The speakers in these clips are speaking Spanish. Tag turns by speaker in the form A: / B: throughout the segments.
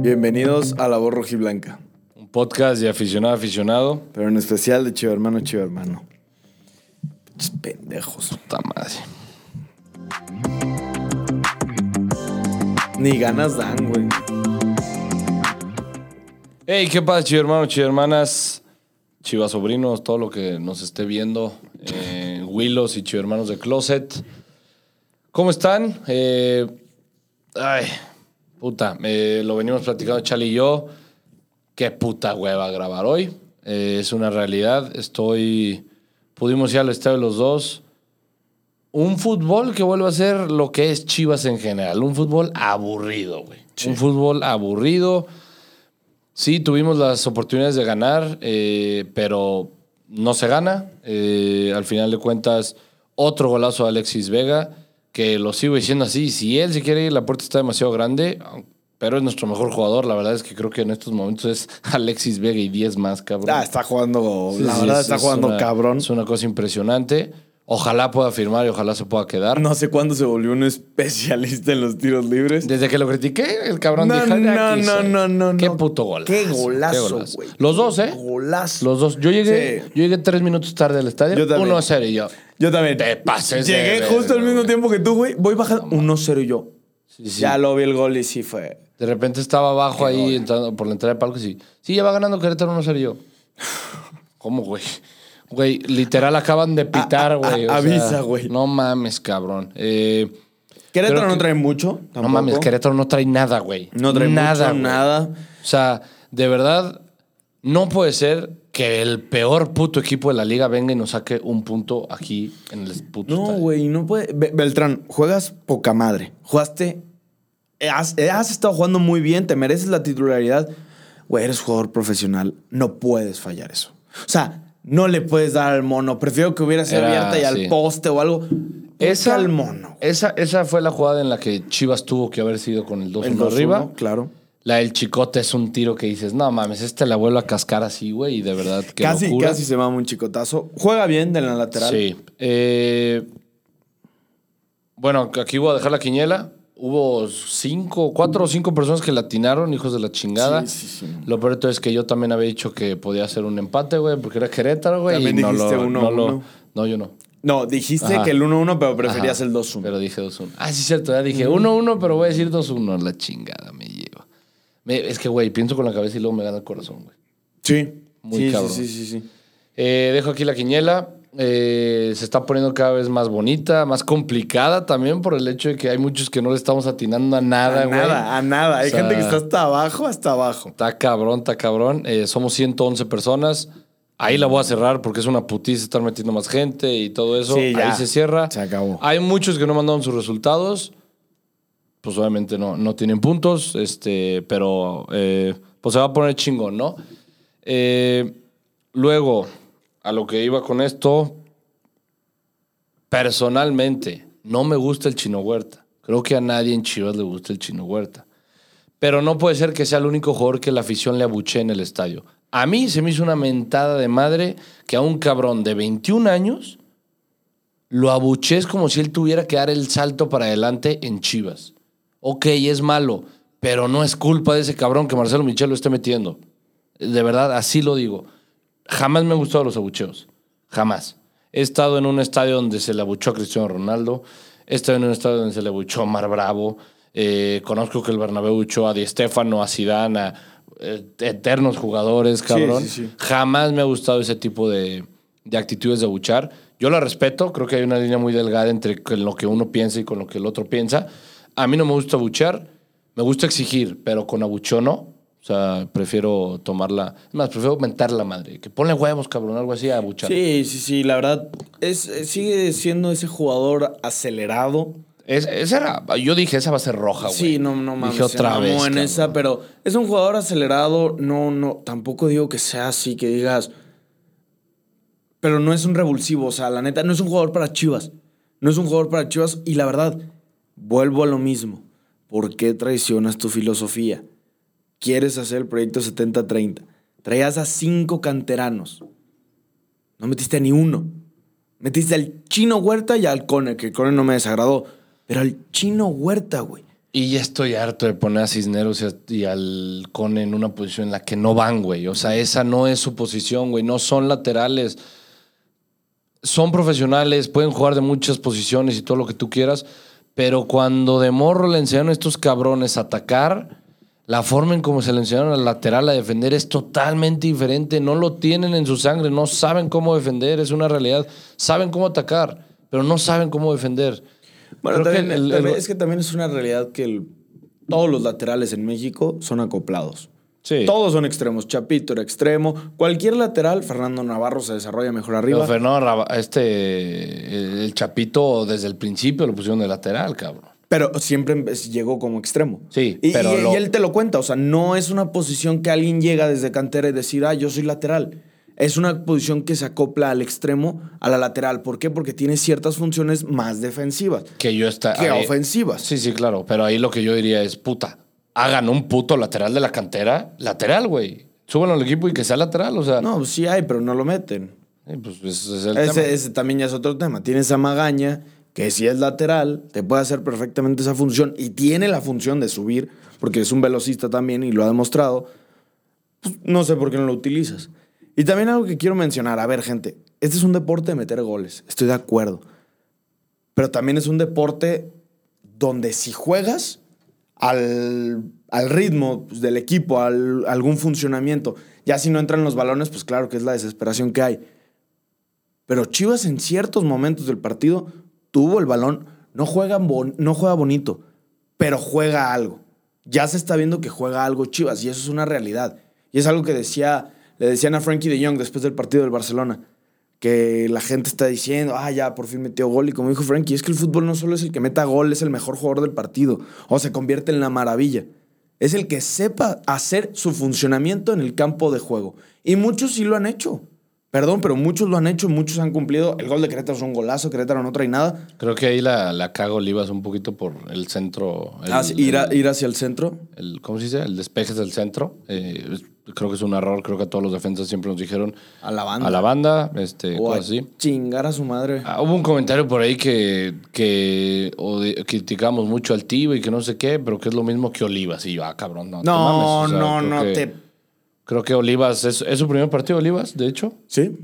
A: Bienvenidos a La Voz Rojiblanca,
B: Un podcast de aficionado a aficionado.
A: pero en especial de Chivo Hermano, Chivo Hermano. Pinches Pendejos.
B: Puta madre.
A: Ni ganas dan, güey.
B: Hey, ¿qué pasa, chido hermanos, chido hermanas? Chivas sobrinos, todo lo que nos esté viendo. eh, Willos y chido hermanos de Closet. ¿Cómo están? Eh, ay, puta. eh, lo venimos platicando Chal y yo. Qué puta hueva grabar hoy. Eh, es una realidad. Estoy. Pudimos ir al estadio los dos. Un fútbol que vuelve a ser lo que es Chivas en general. Un fútbol aburrido, güey. Un fútbol aburrido. Sí, tuvimos las oportunidades de ganar, eh, pero no se gana. Eh, al final de cuentas, otro golazo de Alexis Vega, que lo sigo diciendo así. Si él se quiere ir, la puerta está demasiado grande, pero es nuestro mejor jugador. La verdad es que creo que en estos momentos es Alexis Vega y 10 más, cabrón.
A: Ah, está jugando,
B: Sí,
A: la
B: sí,
A: verdad
B: es-
A: está
B: es
A: jugando
B: una-
A: cabrón.
B: Es una cosa impresionante. Ojalá pueda firmar y ojalá se pueda quedar.
A: No sé cuándo se volvió un especialista en los tiros libres.
B: Desde que lo critiqué, el cabrón
A: No,
B: dijo, "De
A: no,
B: aquí
A: no,
B: soy".
A: no, no,
B: Qué
A: no.
B: puto golazo.
A: Qué golazo, güey.
B: Los dos, ¿eh?
A: Golazo.
B: Los dos. Yo llegué,
A: Sí.
B: yo llegué tres minutos tarde al estadio.
A: Yo también.
B: 1 a 0 y yo.
A: Yo también.
B: Te pases de
A: Llegué
B: verga,
A: justo al mismo
B: güey.
A: tiempo que tú, güey. Voy bajando 1-0 yo.
B: Sí, sí.
A: Ya lo vi el gol y sí fue.
B: De repente estaba abajo ahí entrando por la entrada de palco y sí. Sí, ya va ganando Querétaro 1 a 0 y yo. ¿Cómo, güey? Güey, literal acaban de
A: A- a-
B: pitar, güey. o sea,
A: avisa, güey.
B: No mames, cabrón. Eh,
A: Querétaro
B: Creo
A: no
B: que-
A: trae mucho.
B: no
A: tampoco.
B: mames, Querétaro no trae nada, güey.
A: No trae
B: nada,
A: mucho,
B: güey.
A: nada.
B: O sea, de verdad, no puede ser que el peor puto equipo de la liga venga y nos saque un punto aquí en el puto
A: No,
B: estadio.
A: güey, no puede. Be- Beltrán, juegas poca madre. Jugaste. eh, Has, eh, has estado jugando muy bien, te mereces la titularidad. Güey, eres jugador profesional. No puedes fallar eso. O sea, no le puedes dar al mono. Prefiero que hubiera sido
B: Era,
A: abierta y al
B: sí.
A: poste o algo. Es al mono.
B: Esa, esa fue la jugada en la que Chivas tuvo que haber sido con el 2-1
A: El 2-1,
B: arriba.
A: Claro.
B: La del Chicote es un tiro que dices, no mames, este la vuelvo a cascar así, güey, y de verdad que
A: Casi,
B: locura.
A: casi se mama un chicotazo. Juega bien de la lateral.
B: Sí. Eh, bueno, aquí voy a dejar la quiniela. Hubo cinco, cuatro o cinco personas que latinaron, hijos de la chingada.
A: Sí, sí, sí, no.
B: Lo peor de todo es que yo también había dicho que podía ser un empate, güey, porque era Querétaro, güey.
A: También
B: y no
A: dijiste
B: lo-
A: uno,
B: no lo-
A: uno.
B: No, yo no.
A: No, dijiste
B: Ajá.
A: que el 1-1, pero preferías
B: Ajá,
A: el 2-1.
B: Pero dije 2-1. Ah, sí, cierto. Ya dije 1-1, pero voy a decir 2-1. La chingada me lleva. Me- es que, güey, pienso con la cabeza y luego me gana el corazón, güey.
A: Sí.
B: Muy
A: Sí, sí,
B: cabrón.
A: Sí, sí, sí.
B: Eh, dejo aquí la quiniela. Eh, se está poniendo cada vez más bonita, más complicada también por el hecho de que hay muchos que no le estamos atinando a nada,
A: A
B: güey.
A: nada, a nada. Hay
B: O sea,
A: gente que está hasta abajo, hasta abajo.
B: Está cabrón, está cabrón. Eh, somos 111 personas. Ahí la voy a cerrar porque es una putiza estar metiendo más gente y todo eso.
A: Sí, ya.
B: Ahí se cierra.
A: Se acabó.
B: Hay muchos que no mandaron sus resultados. Pues obviamente no, no tienen puntos, este, pero eh, pues se va a poner chingón, ¿no? Eh, luego, a lo que iba con esto, personalmente, no me gusta el chino huerta. Creo que a nadie en Chivas le gusta el chino huerta. Pero no puede ser que sea el único jugador que la afición le abuchee en el estadio. A mí se me hizo una mentada de madre que a un cabrón de 21 años lo abuchees como si él tuviera que dar el salto para adelante en Chivas. Ok, es malo, pero no es culpa de ese cabrón que Marcelo Michel lo esté metiendo. De verdad, así lo digo. Jamás me han gustado los abucheos. Jamás. He estado en un estadio donde se le abuchó a Cristiano Ronaldo. He estado en un estadio donde se le abuchó a Mar Bravo. Eh, conozco que el Bernabéu abuchó a Di Stéfano, a Zidane, a eh, eternos jugadores, cabrón.
A: sí, sí.
B: Jamás me ha gustado ese tipo de, de actitudes de abuchar. Yo la respeto. Creo que hay una línea muy delgada entre con lo que uno piensa y con lo que el otro piensa. A mí no me gusta abuchar. Me gusta exigir, pero con abuchón no. O sea, prefiero tomarla. Es más, prefiero mentar la madre. Que ponle huevos, cabrón, algo así a abuchar.
A: Sí, sí, sí, la verdad, es, eh, sigue siendo ese jugador acelerado.
B: Es- esa era, yo dije, esa va a ser roja, güey.
A: sí, no, no mames.
B: Dije
A: se
B: otra
A: mamó
B: vez.
A: en
B: cabrón.
A: esa, pero es un jugador acelerado. No, no, tampoco digo que sea así, que digas. Pero no es un revulsivo, o sea, la neta, no es un jugador para Chivas. No es un jugador para Chivas y la verdad, vuelvo a lo mismo. ¿Por qué traicionas tu filosofía? Quieres hacer el proyecto 70-30. Traías a cinco canteranos. No metiste a ni uno. Metiste al chino Huerta y al Cone, que el Cone no me desagradó. Pero al chino Huerta, güey.
B: Y ya estoy harto de poner a Cisneros y, a- y al Cone en una posición en la que no van, güey. O sea, esa no es su posición, güey. No son laterales. Son profesionales, pueden jugar de muchas posiciones y todo lo que tú quieras. Pero cuando de morro le enseñaron a estos cabrones a atacar, la forma en cómo se le enseñaron al lateral a defender es totalmente diferente. No lo tienen en su sangre, no saben cómo defender, es una realidad. Saben cómo atacar, pero no saben cómo defender.
A: Bueno,
B: Creo que
A: también-
B: el- el-
A: también- es que también es una realidad que el- todos los laterales en México son acoplados.
B: Sí.
A: Todos son extremos. Chapito era extremo. Cualquier lateral, Fernando Navarro se desarrolla mejor arriba.
B: Pero Fernando Raba- este, el, el Chapito desde el principio lo pusieron de lateral, cabrón.
A: Pero siempre empe- llegó como extremo.
B: Sí,
A: y,
B: pero
A: y-
B: lo-
A: y él te lo cuenta. O sea, no es una posición que alguien llega desde cantera y decir, ah, yo soy lateral. Es una posición que se acopla al extremo, a la lateral. ¿Por qué? Porque tiene ciertas funciones más defensivas
B: Que yo está.
A: que
B: ahí-
A: ofensivas.
B: Sí, sí, claro. Pero ahí lo que yo diría es, puta, hagan un puto lateral de la cantera. Lateral, güey. Súbanlo al equipo y que sea lateral. O sea,
A: No, pues sí hay, pero no lo meten.
B: eh, pues ese es el tema.
A: Ese, ese también ya es otro tema. Tienes a Magaña, que si es lateral, te puede hacer perfectamente esa función y tiene la función de subir, porque es un velocista también y lo ha demostrado. Pues, no sé por qué no lo utilizas. Y también algo que quiero mencionar, a ver gente, este es un deporte de meter goles, estoy de acuerdo. Pero también es un deporte donde si juegas al, al ritmo pues, del equipo, al, algún funcionamiento, ya si no entran los balones, pues claro que es la desesperación que hay. Pero Chivas en ciertos momentos del partido tuvo el balón, no juega, bon- no juega bonito, pero juega algo. Ya se está viendo que juega algo Chivas y eso es una realidad. Y es algo que decía, le decían a Frankie de Jong después del partido del Barcelona, que la gente está diciendo, ah, ya, por fin metió gol. Y como dijo Frankie, es que el fútbol no solo es el que meta gol, es el mejor jugador del partido o se convierte en la maravilla. Es el que sepa hacer su funcionamiento en el campo de juego. Y muchos sí lo han hecho. Perdón, pero muchos lo han hecho, muchos han cumplido. El gol de Querétaro es un golazo, Querétaro no trae nada.
B: Creo que ahí la, la cago Olivas un poquito por el centro. el-
A: Ah, sí, ir, a-
B: el-
A: ir hacia el centro.
B: el- ¿Cómo se dice? El despeje del centro. Eh, es- creo que es un error. Creo que a todos los defensas siempre nos dijeron
A: A la banda.
B: a la banda, este,
A: O a
B: cosas así.
A: chingar a su madre.
B: Ah, hubo un comentario por ahí que, que odi- criticamos mucho al Tivo y que no sé qué, pero que es lo mismo que Olivas. Y yo, ah, cabrón, no. te
A: no,
B: mames. O sea,
A: no,
B: creo
A: no
B: que-
A: te...
B: Creo que Olivas es, es su primer partido, Olivas, de hecho.
A: ¿Sí?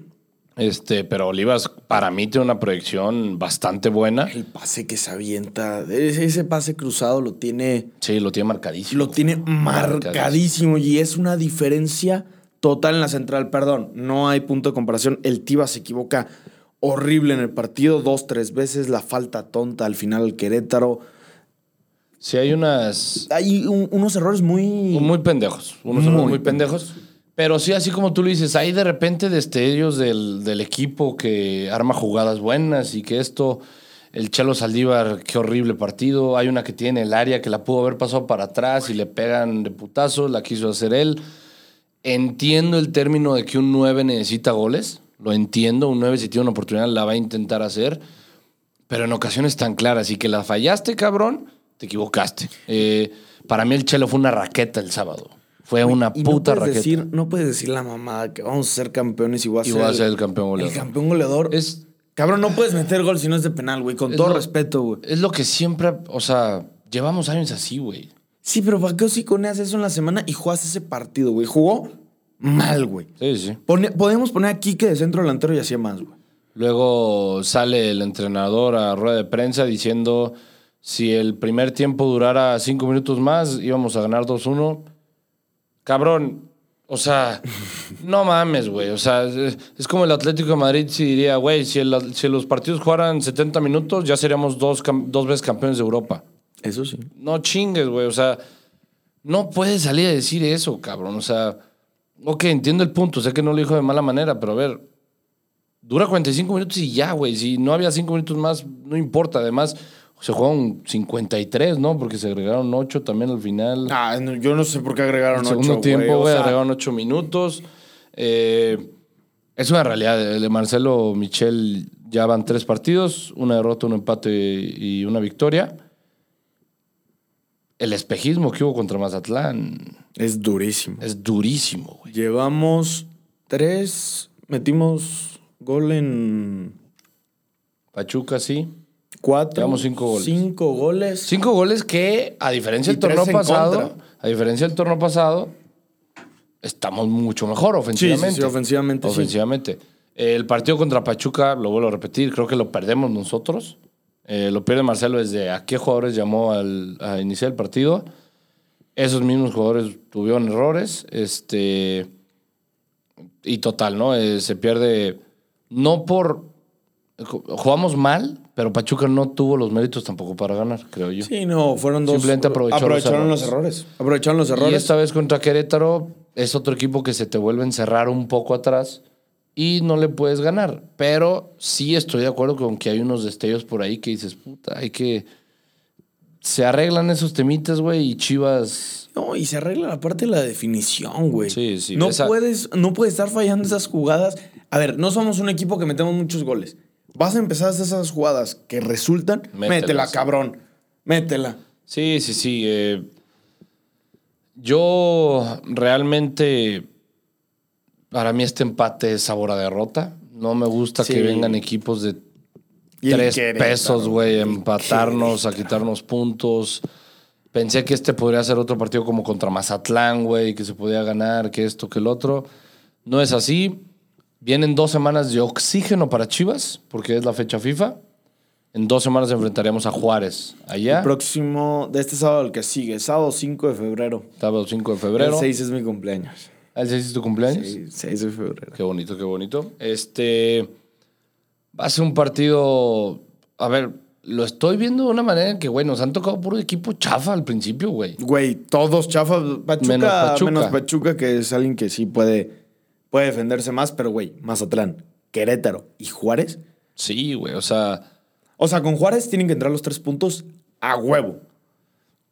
B: Este, pero Olivas para mí tiene una proyección bastante buena.
A: El pase que se avienta, ese ese pase cruzado lo tiene...
B: Sí, lo tiene marcadísimo.
A: Lo tiene marcadísimo y es una diferencia total en la central. Perdón, no hay punto de comparación. El Tiva se equivoca horrible en el partido, dos, tres veces. La falta tonta al final al Querétaro.
B: Sí, hay unas.
A: Hay un- unos errores muy.
B: Muy pendejos. Unos
A: Muy
B: muy, muy pendejos. Pero sí, así como tú lo dices, hay de repente destellos del, del equipo que arma jugadas buenas y que esto. El Chelo Saldívar, qué horrible partido. Hay una que tiene el área que la pudo haber pasado para atrás y le pegan de putazo, la quiso hacer él. Entiendo el término de que un 9 necesita goles. Lo entiendo. Un 9, si tiene una oportunidad, la va a intentar hacer. Pero en ocasiones tan claras y que la fallaste, cabrón, te equivocaste. Eh, para mí el Chelo fue una raqueta el sábado. Fue una
A: Y
B: puta
A: no puedes
B: raqueta.
A: Decir, no puedes decir la mamada que vamos a ser campeones y voy a,
B: Y
A: ser,
B: voy a ser el campeón goleador.
A: El campeón goleador.
B: Es,
A: Cabrón, no puedes meter gol si no es de penal, güey. Con
B: Es
A: todo
B: lo-
A: respeto, güey.
B: es lo que siempre, o sea, llevamos años así, güey.
A: Sí, pero ¿para qué hociconeas eso en la semana y juegas ese partido, güey? Jugó mal, güey.
B: Sí, sí.
A: Pone- podemos poner a Quique de centro delantero y hacía más, güey.
B: Luego sale el entrenador a rueda de prensa diciendo si el primer tiempo durara cinco minutos más, íbamos a ganar 2-1. Cabrón, o sea, no mames, güey. O sea, es es como el Atlético de Madrid si diría, güey, si, el- si los partidos jugaran 70 minutos, ya seríamos dos, cam- dos veces campeones de Europa.
A: Eso sí.
B: No chingues, güey. O sea, no puedes salir a decir eso, cabrón. O sea, ok, entiendo el punto. Sé que no lo dijo de mala manera, pero a ver. Dura 45 minutos y ya, güey. Si no había 5 minutos más, no importa. Además, se jugaron 53, ¿no? Porque se agregaron 8 también al final.
A: Ah, no, yo no sé por qué agregaron
B: El
A: ocho,
B: segundo tiempo,
A: o
B: güey,
A: sea,
B: agregaron ocho minutos. Eh, es una realidad. El de Marcelo Michel ya van tres partidos, una derrota, un empate y una victoria. El espejismo que hubo contra Mazatlán
A: Es durísimo.
B: es durísimo, güey.
A: Llevamos tres, metimos gol en...
B: Pachuca sí,
A: Cuatro.
B: Llevamos cinco goles.
A: Cinco goles.
B: Cinco goles que, a diferencia
C: Y
B: del torneo
C: tres en
B: pasado,
C: contra.
B: a diferencia del torneo pasado, estamos mucho mejor ofensivamente.
A: Sí, sí, sí, ofensivamente, sí.
B: Ofensivamente. Eh, El partido contra Pachuca, lo vuelvo a repetir, creo que lo perdemos nosotros. Eh, lo pierde Marcelo desde a qué jugadores llamó al, a iniciar el partido. Esos mismos jugadores tuvieron errores. Este. Y total, ¿no? Eh, se pierde. No por. Jugamos mal, pero Pachuca no tuvo los méritos tampoco para ganar, creo yo.
A: Sí, no, fueron dos.
B: Simplemente aprovechó los
A: aprovecharon los
B: errores.
A: errores. Aprovecharon los errores.
B: Y esta vez contra Querétaro es otro equipo que se te vuelve a encerrar un poco atrás y no le puedes ganar. Pero sí estoy de acuerdo con que hay unos destellos por ahí que dices, puta, hay que... Se arreglan esos temitas, güey, y Chivas...
A: No, y se arregla la parte de la definición, güey.
B: Sí, sí,
A: No,
B: esa-
A: puedes, no puedes estar fallando esas jugadas. A ver, no somos un equipo que metemos muchos goles. Vas a empezar a hacer esas jugadas que resultan.
B: Mételas.
A: Métela, cabrón. Métela.
B: Sí, sí, sí. eh, yo realmente, para mí este empate es sabor a derrota. No me gusta
A: Sí.
B: que vengan equipos de
A: Y el
B: tres
A: Querétaro,
B: pesos, güey, a
A: el
B: empatarnos, a quitarnos puntos. Pensé que este podría ser otro partido como contra Mazatlán, güey, que se podía ganar, que esto, que el otro. No es así. Vienen dos semanas de oxígeno para Chivas, porque es la fecha FIFA. En dos semanas enfrentaremos a Juárez allá.
A: El próximo, de este sábado, el que sigue, sábado 5 de febrero.
B: Sábado 5 de febrero.
A: El 6 es mi cumpleaños.
B: Ah, ¿El 6 es tu cumpleaños?
A: Sí, 6 de febrero.
B: Qué bonito, qué bonito. Este. Va a ser un partido. A ver, lo estoy viendo de una manera en que, güey, nos han tocado puro equipo chafa al principio, güey.
A: Güey, todos chafas. Pachuca,
B: Menos
A: menos
B: Pachuca.
A: Pachuca. que es alguien que sí puede, puede defenderse más, pero güey, Mazatlán, Querétaro y Juárez.
B: Sí, güey, o sea.
A: O sea, con Juárez tienen que entrar los tres puntos a huevo.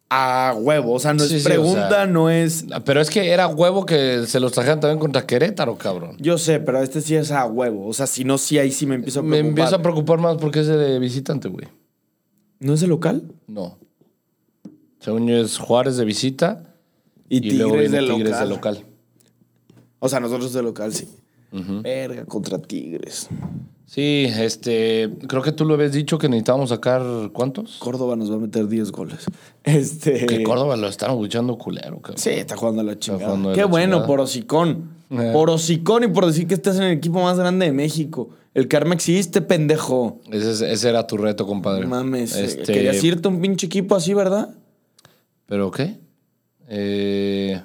A: A huevo. O sea, no
B: Sí,
A: es
B: sí,
A: pregunta,
B: o sea-
A: no es.
B: Pero es que era huevo que se los trajeran también contra Querétaro, cabrón.
A: Yo sé, pero este sí es a huevo. O sea, si no, sí, ahí sí me empiezo a
B: Me
A: preocupar.
B: empieza a preocupar más porque es de visitante, güey.
A: ¿No es el local?
B: No. Según yo es Juárez de visita
A: Y,
B: y,
A: Tigres,
B: luego viene
A: de,
B: Tigres
A: local.
B: de local.
A: O sea, nosotros de local, sí. Verga, contra Tigres.
B: Sí, este. Creo que tú lo habías dicho que necesitábamos sacar cuántos.
A: Córdoba nos va a meter 10 goles. Este.
B: Que Córdoba lo están escuchando culero, cabrón.
A: Sí, está jugando a la chingada.
B: jugando a
A: Qué
B: la
A: bueno,
B: chingada.
A: por hocicón.
B: Eh.
A: Por hocicón y por decir que estás en el equipo más grande de México. El karma existe, pendejo.
B: Ese, es- ese era tu reto, compadre.
A: No Mames, eh,
B: Este,
A: querías irte a un pinche equipo así, ¿verdad?
B: ¿Pero qué? Eh,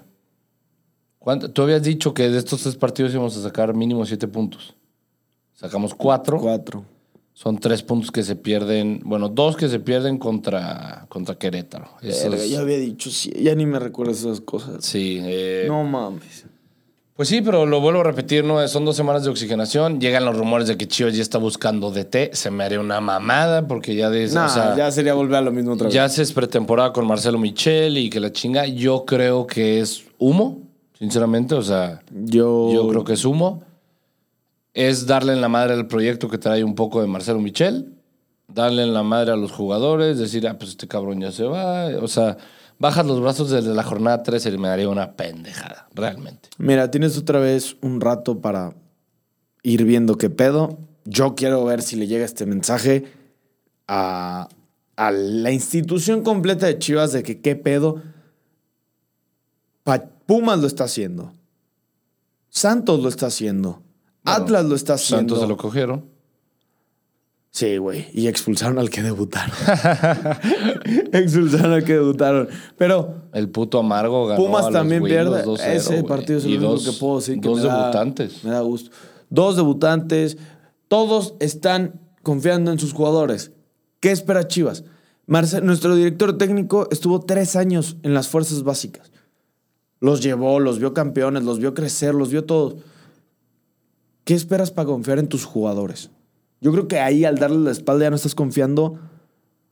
B: ¿cuánto- Tú habías dicho que de estos tres partidos íbamos a sacar mínimo siete puntos. Sacamos cuatro.
A: Cuatro.
B: Son tres puntos que se pierden. Bueno, dos que se pierden contra, contra Querétaro. Esos-
A: Verga, ya había dicho, sí, ya ni me recuerdo esas cosas.
B: sí. eh,
A: No mames.
B: Pues sí, pero lo vuelvo a repetir, ¿no? Son dos semanas de oxigenación. Llegan los rumores de que Chivas ya está buscando DT. Se me haría una mamada porque ya de... o
A: Nah,
B: sea,
A: ya sería volver a lo mismo otra vez.
B: Ya se es pretemporada con Marcelo Michel y que la chinga. Yo creo que es humo, sinceramente. O sea,
A: yo,
B: yo creo que es humo. Es darle en la madre al proyecto que trae un poco de Marcelo Michel. Darle en la madre a los jugadores. Decir, ah, pues este cabrón ya se va. O sea, bajas los brazos desde la jornada 13 y me daría una pendejada, realmente.
A: Mira, tienes otra vez un rato para ir viendo qué pedo. Yo quiero ver si le llega este mensaje a, a la institución completa de Chivas de que qué pedo. Pa- Pumas lo está haciendo. Santos lo está haciendo. Atlas lo está haciendo.
B: Santos se lo cogieron.
A: Sí, güey. Y expulsaron al que debutaron. expulsaron al que debutaron. Pero
B: El puto amargo ganó.
A: Pumas
B: a los
A: también
B: güeyes
A: pierde.
B: 2-0,
A: Ese
B: güey.
A: partido es
B: Y
A: el único
B: dos-
A: que puedo decir que
B: Dos
A: me da-
B: debutantes.
A: me da gusto. Dos debutantes. Todos están confiando en sus jugadores. ¿Qué espera Chivas? Marce- nuestro director técnico estuvo tres años en las fuerzas básicas. Los llevó, los vio campeones, los vio crecer, los vio todos. ¿Qué esperas para confiar en tus jugadores? Yo creo que ahí al darle la espalda ya no estás confiando.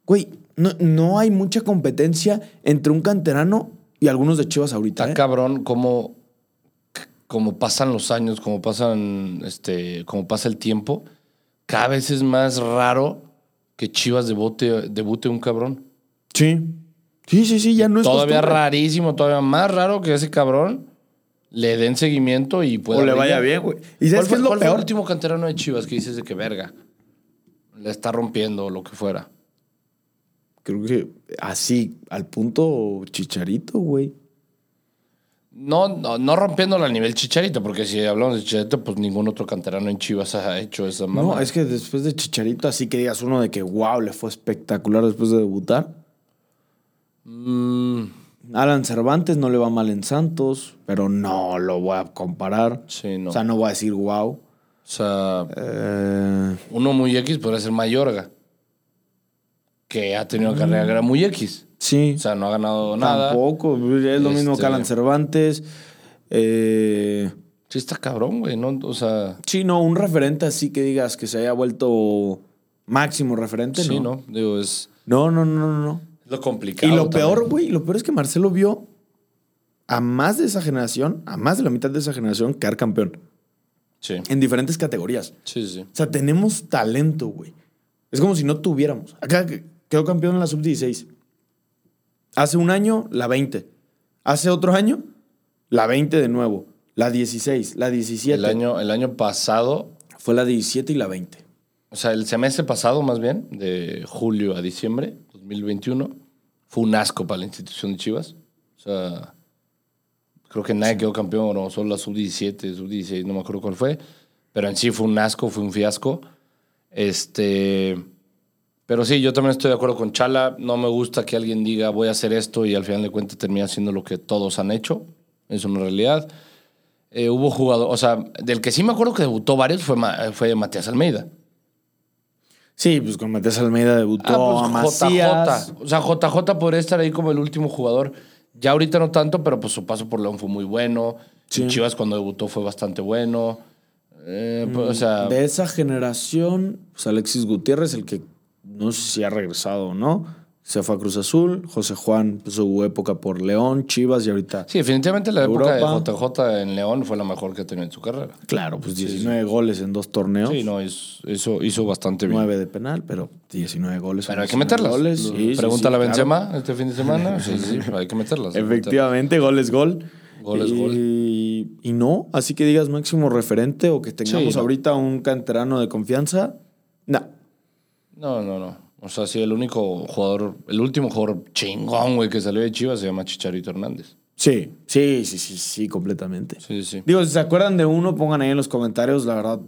A: Güey, no, no hay mucha competencia entre un canterano y algunos de Chivas ahorita.
B: Está
A: ¿eh?
B: cabrón cómo, cómo pasan los años, cómo pasan, este, cómo pasa el tiempo. Cada vez es más raro que Chivas debute, debute un cabrón.
A: Sí. Sí, sí, sí, ya no es
B: todavía
A: costumbre.
B: rarísimo, todavía más raro que ese cabrón le den seguimiento y pueda.
A: O le vaya bien,
B: brillar.
A: güey. ¿Y
B: ¿Cuál
A: sabes qué
B: fue,
A: es lo
B: cuál fue el
A: peor?
B: último canterano de Chivas que dices de que verga? La está rompiendo o lo que fuera.
A: Creo que así, al punto chicharito, güey.
B: No, no, no rompiéndola a nivel Chicharito, porque si hablamos de Chicharito, pues ningún otro canterano en Chivas ha hecho esa mamá.
A: No, es que después de chicharito, así que digas uno de que, wow, le fue espectacular después de debutar.
B: Mm.
A: Alan Cervantes no le va mal en Santos, pero no lo voy a comparar.
B: Sí, no.
A: O sea, no voy a decir wow.
B: O sea,
A: Eh,
B: uno muy X podría ser Mayorga, que ha tenido carrera muy X.
A: sí,
B: O sea, no ha ganado nada.
A: Mm. tampoco. Es lo mismo que
B: Este-
A: Alan Cervantes. Eh,
B: Sí, está cabrón, güey, ¿no? O sea,
A: sí, no, un referente así que digas que se haya vuelto máximo referente.
B: sí,
A: no.
B: ¿no? Digo, es
A: No, no, no, no. no.
B: lo
A: Y
B: complicado.
A: lo
B: también.
A: peor, güey, lo peor es que Marcelo vio a más de esa generación, a más de la mitad de esa generación, quedar campeón
B: Sí,
A: en diferentes categorías.
B: sí, sí.
A: O sea, tenemos talento, güey. Es como si no tuviéramos. Acá que- quedó campeón en la sub-16. Hace un año, la 20. Hace otro año, la 20 de nuevo. La 16, la 17.
B: El año, el año pasado,
A: Fue la 17 y la 20.
B: o sea, el semestre pasado más bien, de julio a diciembre 2021, fue un asco para la institución de Chivas. O sea, creo que nadie quedó campeón, o solo la sub-17, sub-16, no me acuerdo cuál fue. Pero en sí fue un asco, fue un fiasco. Este. Pero sí, yo también estoy de acuerdo con Chala. No me gusta que alguien diga voy a hacer esto y al final de cuentas termina haciendo lo que todos han hecho. Es una realidad. Eh, hubo jugador, o sea, del que sí me acuerdo que debutó varios fue, Ma- fue Matías Almeida.
A: Sí, pues con Matías Almeida debutó a
B: Ah, pues,
A: Macías.
B: JJ. O sea, JJ podría estar ahí como el último jugador. Ya ahorita no tanto, pero pues su paso por León fue muy bueno. En Chivas cuando debutó fue bastante bueno. Eh,
A: Mm,
B: pues, o sea,
A: De esa generación, pues Alexis Gutiérrez, el que no sé si ha regresado o no, se fue a Cruz Azul. José Juan, pues hubo época por León, Chivas y ahorita.
B: sí, definitivamente la época
A: Europa.
B: de JJ en León fue la mejor que ha tenido en su carrera.
A: Claro, pues 19 goles en dos torneos.
B: Sí, no, es- eso hizo bastante bien.
A: 9 de penal, pero 19 goles.
B: Pero hay que
A: 19
B: meterlas.
A: goles. Sí, sí,
B: Pregúntale
A: sí,
B: a
A: claro.
B: Benzema este fin de semana. Sí, sí, sí, hay que meterlas. hay que meterlas.
A: Efectivamente, gol es gol.
B: Gol es
A: y,
B: gol.
A: Y no, así que digas máximo referente o que tengamos
B: no.
A: ahorita un canterano de confianza. No.
B: No, no, no. O sea, sí, el único jugador, el último jugador chingón, güey, que salió de Chivas se llama Chicharito Hernández.
A: Sí, sí, sí, sí, sí, completamente.
B: Sí, sí.
A: Digo, si se acuerdan de uno, pongan ahí en los comentarios, la verdad.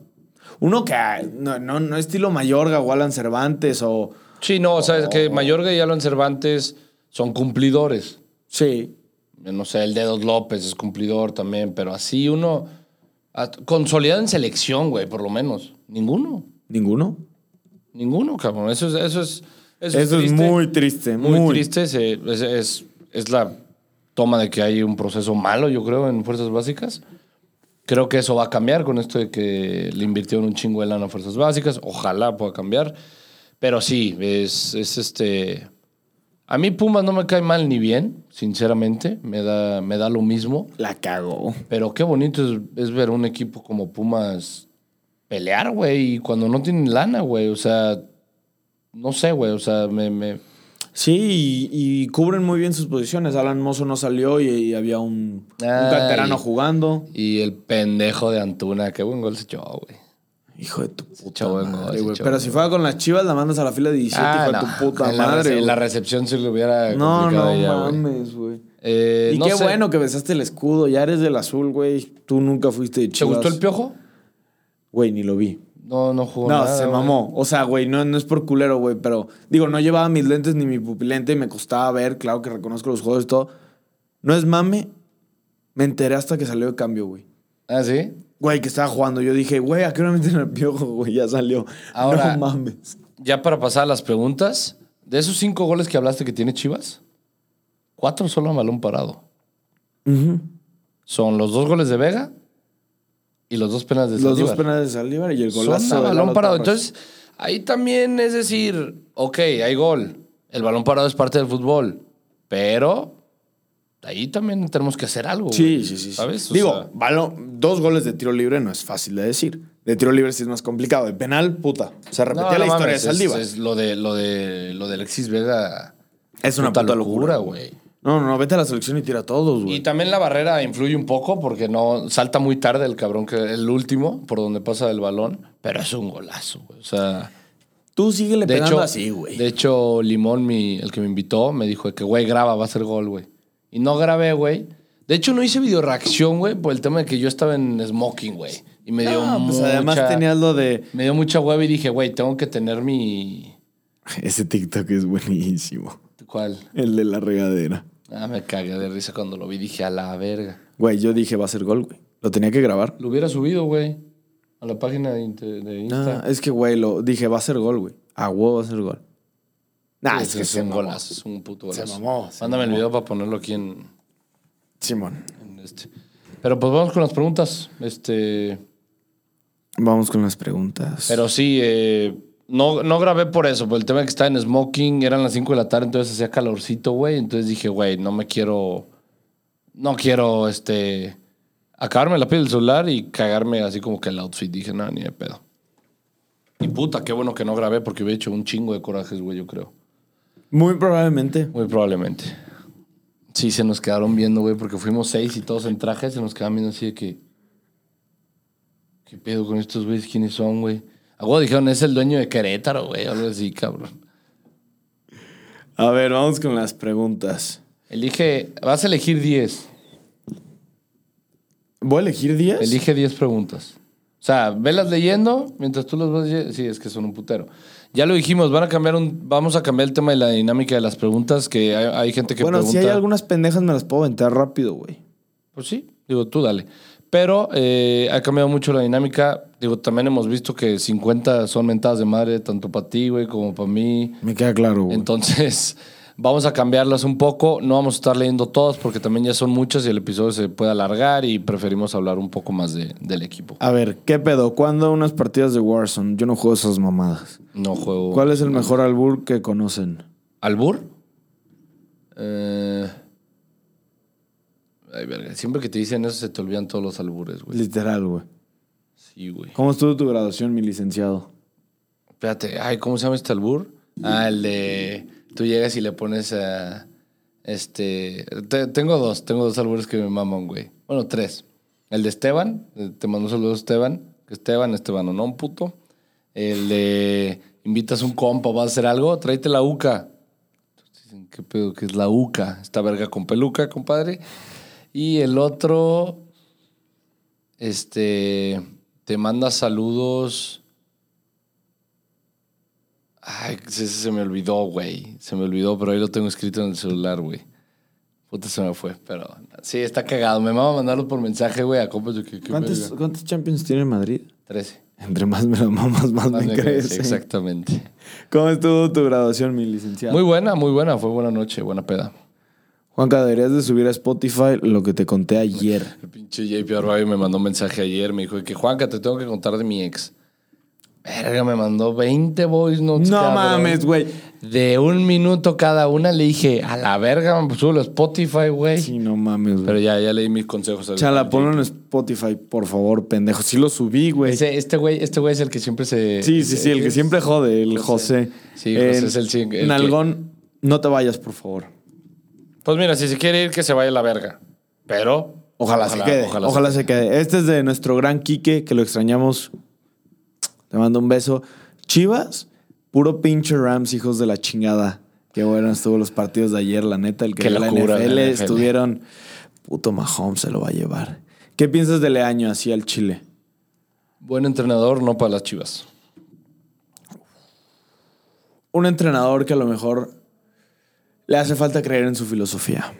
A: Uno que ah, no, no, no estilo Mayorga o Alan Cervantes o.
B: Sí, no, o sea, es
A: Oh.
B: que Mayorga y Alan Cervantes son cumplidores.
A: Sí.
B: No sé, el Dedos López es cumplidor también, pero así uno. a- Consolidado en selección, güey, por lo menos. Ninguno.
A: Ninguno.
B: Ninguno, cabrón. Eso es. Eso es, eso
A: Eso es
B: triste.
A: muy triste,
B: muy,
A: muy,
B: triste. se- es, es- es la toma de que hay un proceso malo, yo creo, en Fuerzas Básicas. Creo que eso va a cambiar con esto de que le invirtieron un chingo de lana a Fuerzas Básicas. Ojalá pueda cambiar. Pero sí, es, es este... A mí Pumas no me cae mal ni bien, sinceramente. Me da, me da lo mismo.
A: La cagó.
B: Pero qué bonito es, es ver un equipo como Pumas pelear, güey. Y cuando no tienen lana, güey. O sea, no sé, güey. O sea, me- me,
A: Sí, y, y cubren muy bien sus posiciones. Alan Mozo no salió y, y había un, un
B: Ay.
A: canterano jugando.
B: Y el pendejo de Antuna, qué buen gol se echó, güey.
A: Hijo de tu
B: Se
A: puta
B: echó buen gol.
A: madre,
B: se
A: güey.
B: echó
A: Pero
B: buen
A: si
B: gol.
A: fuera con las chivas, la mandas a la fila 17,
B: Ah,
A: hijo de
B: no,
A: tu puta
B: en la rece-
A: madre.
B: en la
A: güey.
B: recepción se le hubiera
A: no, no
B: complicado ella, güey.
A: mames, güey.
B: Eh,
A: y
B: no
A: qué
B: sé,
A: bueno que besaste el escudo. Ya eres del azul, güey. Tú nunca fuiste de
B: ¿Te
A: chivas.
B: gustó el piojo?
A: Güey, ni lo vi.
B: No, no jugó
A: No,
B: nada,
A: se
B: güey.
A: mamó. O sea, güey, no, no es por culero, güey, pero digo, no llevaba mis lentes ni mi pupilente y me costaba ver, claro que reconozco los juegos y todo. No es mame, me enteré hasta que salió de cambio, güey.
B: Ah, ¿sí?
A: Güey, que estaba jugando. Yo dije, güey, ¿a qué hora meten el piojo, güey? Ya salió.
B: Ahora-
A: no mames.
B: Ya para pasar a las preguntas, de esos cinco goles que hablaste que tiene Chivas, cuatro solo a balón parado.
A: Ujú.
B: Son los dos goles de Vega y los dos penas de
A: Los dos
B: Saldívar.
A: penales de Saldívar y el
B: Son
A: golazo.
B: a
A: de
B: balón
A: Lalo
B: parado.
A: Torres.
B: Entonces, ahí también es decir, ok, hay gol. El balón parado es parte del fútbol. Pero ahí también tenemos que hacer algo.
A: Sí,
B: güey,
A: sí, sí. sí.
B: ¿Sabes? O
A: Digo,
B: sea,
A: balón- dos goles de tiro libre no es fácil de decir. De tiro libre sí es más complicado. De penal, puta. Se repetía la
B: no, no
A: historia
B: mames,
A: de Saldívar.
B: Es, es lo, de, lo, de, lo de Alexis Vega.
A: Es una puta locura,
B: güey.
A: No, no, no, vete a la selección y tira a todos,
B: Y
A: güey.
B: también la barrera influye un poco porque no salta muy tarde el cabrón que el último por donde pasa el balón, pero es un golazo, güey. O sea,
D: Tú síguele
B: De
D: pegando
B: hecho,
D: así, güey.
B: de hecho, Limón, mi, el que me invitó, me dijo de que, güey, graba, va a ser gol, güey. Y no grabé, güey. De hecho, no hice video reacción, güey, por el tema de que yo estaba en smoking, güey. Y me dio
A: No, pues
B: mucha...
A: además tenías lo de.
B: Me dio mucha hueva y dije, güey, tengo que tener mi...
A: Ese TikTok es buenísimo.
B: ¿Cuál?
A: El de la regadera.
B: Ah, me cagué de risa cuando lo vi. Dije, a la verga.
A: Güey, yo dije, va a ser gol, güey. Lo tenía que grabar.
B: Lo hubiera subido, güey. A la página de, inte- de Insta.
A: Nah, es que, güey, lo dije, va a ser gol, güey. A huevo va a ser gol. Nah,
B: Ese es,
A: ah, se
B: un
A: mamó.
B: golazo, es un puto
A: Se
B: golazo.
A: mamó, se
B: Mándame
A: mamó.
B: el video para ponerlo aquí en,
A: Simón.
B: en este. Pero pues vamos con las preguntas. Este.
A: Vamos con las preguntas.
B: Pero sí, eh, no, no grabé por eso, por el tema de que estaba en smoking, eran las 5 de la tarde, entonces hacía calorcito, güey. Entonces dije, güey, no me quiero. No quiero, este. Acabarme la piel del celular y cagarme así como que el outfit. Dije, no, ni de pedo. Y puta, qué bueno que no grabé porque hubiera hecho un chingo de corajes, güey, yo creo.
A: Muy probablemente.
B: Muy probablemente. Sí, se nos quedaron viendo, güey, porque fuimos seis y todos en traje, se nos quedaban viendo así de que. ¿Qué pedo con estos güeyes? ¿Quiénes son, güey? Agua dijeron, es el dueño de Querétaro, güey, algo así, cabrón.
A: A ver, vamos con las preguntas.
B: Elige, vas a elegir 10.
A: ¿Voy a elegir 10?
B: Elige 10 preguntas. O sea, velas leyendo mientras tú las vas leyendo. Sí, es que son un putero. Ya lo dijimos, van a cambiar un, vamos a cambiar el tema de la dinámica de las preguntas, que hay, hay gente que
A: Bueno,
B: pregunta.
A: si hay algunas pendejas me las puedo aventar rápido, güey.
B: Pues sí, digo, tú dale. Pero eh, ha cambiado mucho la dinámica. Digo, también hemos visto que 50 son mentadas de madre, tanto para ti, güey, como para mí.
A: Me queda claro, güey.
B: Entonces, vamos a cambiarlas un poco. No vamos a estar leyendo todas porque también ya son muchas y el episodio se puede alargar y preferimos hablar un poco más de- del equipo.
A: A ver, ¿qué pedo? ¿Cuándo unas partidas de Warzone? Yo no juego esas mamadas.
B: No juego.
A: ¿Cuál es el mejor albur que conocen?
B: ¿Albur? Eh, Ay, verga. Siempre que te dicen eso se te olvidan todos los albures, güey.
A: Literal, güey.
B: Sí, güey.
A: ¿Cómo estuvo tu graduación, mi licenciado?
B: Espérate, ay, ¿cómo se llama este albur? Ah, el de. Tú llegas y le pones a. Este. te- tengo dos, tengo dos albures que me maman, güey. Bueno, tres. El de Esteban, eh, te mando un saludo Esteban. que Esteban, Esteban, no, un puto. El de. Invitas un compa, vas a hacer algo, tráete la UCA. Entonces dicen, ¿qué pedo? ¿Qué es la UCA? Esta verga con peluca, compadre. Y el otro. Este. Te manda saludos. Ay, ese se me olvidó, güey. Se me olvidó, pero ahí lo tengo escrito en el celular, güey. Puta, se me fue, pero... Sí, está cagado. Me mama mandarlo por mensaje, güey, a compas de que... que
A: ¿Cuántos,
B: verga.
A: cuántos champions tiene Madrid?
B: 13.
A: Entre más me lo mamas, más,
B: Más
A: me,
B: me
A: crees.
B: crece, Exactamente.
A: ¿Cómo estuvo tu graduación, mi licenciado?
B: Muy buena, muy buena. Fue buena noche, buena peda.
A: Juanca, deberías de subir a Spotify lo que te conté ayer.
B: El pinche JP Arroyo me mandó un mensaje ayer. Me dijo que, Juanca, te tengo que contar de mi ex. Verga, me mandó 20 voice notes.
A: No
B: cabrón.
A: mames, güey.
B: De un minuto cada una le dije, a la verga, pues, súbelo a Spotify, güey.
A: Sí, no mames,
B: Pero
A: güey.
B: ya, ya leí mis consejos. al-
A: Chala, ponlo en Spotify, por favor, pendejo. Sí lo subí, güey.
B: Ese- este güey este güey es el que siempre se...
A: Sí, sí, sí, el que siempre jode, el José.
B: Sí, José es el chin- el que-
A: Nalgón, no te vayas, por favor.
B: Pues mira, si se quiere ir, que se vaya a la verga. Pero...
A: Ojalá, se quede. Ojalá, se quede. Este es de nuestro gran Quique, que lo extrañamos. Te mando un beso. Chivas, puro pinche Rams, hijos de la chingada. Qué bueno estuvo los partidos de ayer, la neta. El que
B: Qué
A: vio
B: locura,
A: la, NFL,
B: la NFL.
A: estuvieron. Puto Mahomes se lo va a llevar. ¿Qué piensas de Leaño así al Chile?
B: Buen entrenador, no para las chivas.
A: Un entrenador que a lo mejor le hace falta creer en su filosofía.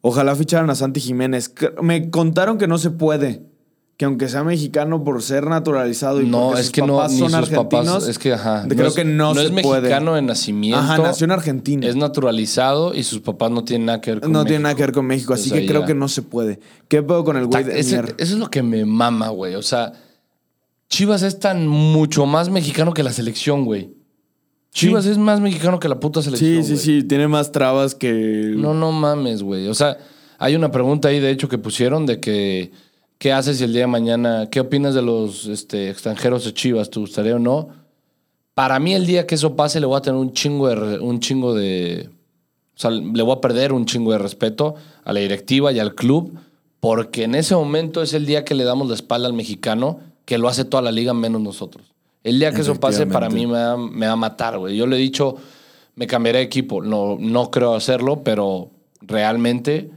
A: Ojalá ficharan a Santi Jiménez. Cre- Me contaron que no se puede. Que aunque sea mexicano por ser naturalizado y
B: No,
A: porque
B: es
A: sus
B: que no,
A: papás
B: ni
A: son
B: sus
A: argentinos,
B: papás... Es que, ajá.
A: creo
B: es-
A: que no, se
B: es
A: puede.
B: mexicano de nacimiento.
A: Ajá, nació en Argentina.
B: Es naturalizado y sus papás no tienen nada que ver con
A: no tiene nada
B: México.
A: que ver con México, así
B: Entonces,
A: que
B: ahí
A: creo
B: ya.
A: que no se puede. ¿Qué puedo con el güey de
B: Ese-
A: Mier?
B: eso es lo que me mama, güey. O sea, Chivas es tan mucho más mexicano que la selección, güey. Chivas es más mexicano que la puta selección.
A: Sí, sí,
B: güey.
A: sí, tiene más trabas que...
B: No, no mames, güey. O sea, hay una pregunta ahí, de hecho, que pusieron de que. ¿Qué haces si el día de mañana? ¿Qué opinas de los este, extranjeros de Chivas? ¿Te gustaría o no? Para mí, el día que eso pase, le voy a tener un chingo de. re- Un chingo de o sea, le voy a perder un chingo de respeto a la directiva y al club, porque en ese momento es el día que le damos la espalda al mexicano, que lo hace toda la liga menos nosotros. El día que eso pase, para mí me va, me va a matar, güey. Yo le he dicho, me cambiaré de equipo. No, no creo hacerlo, pero realmente,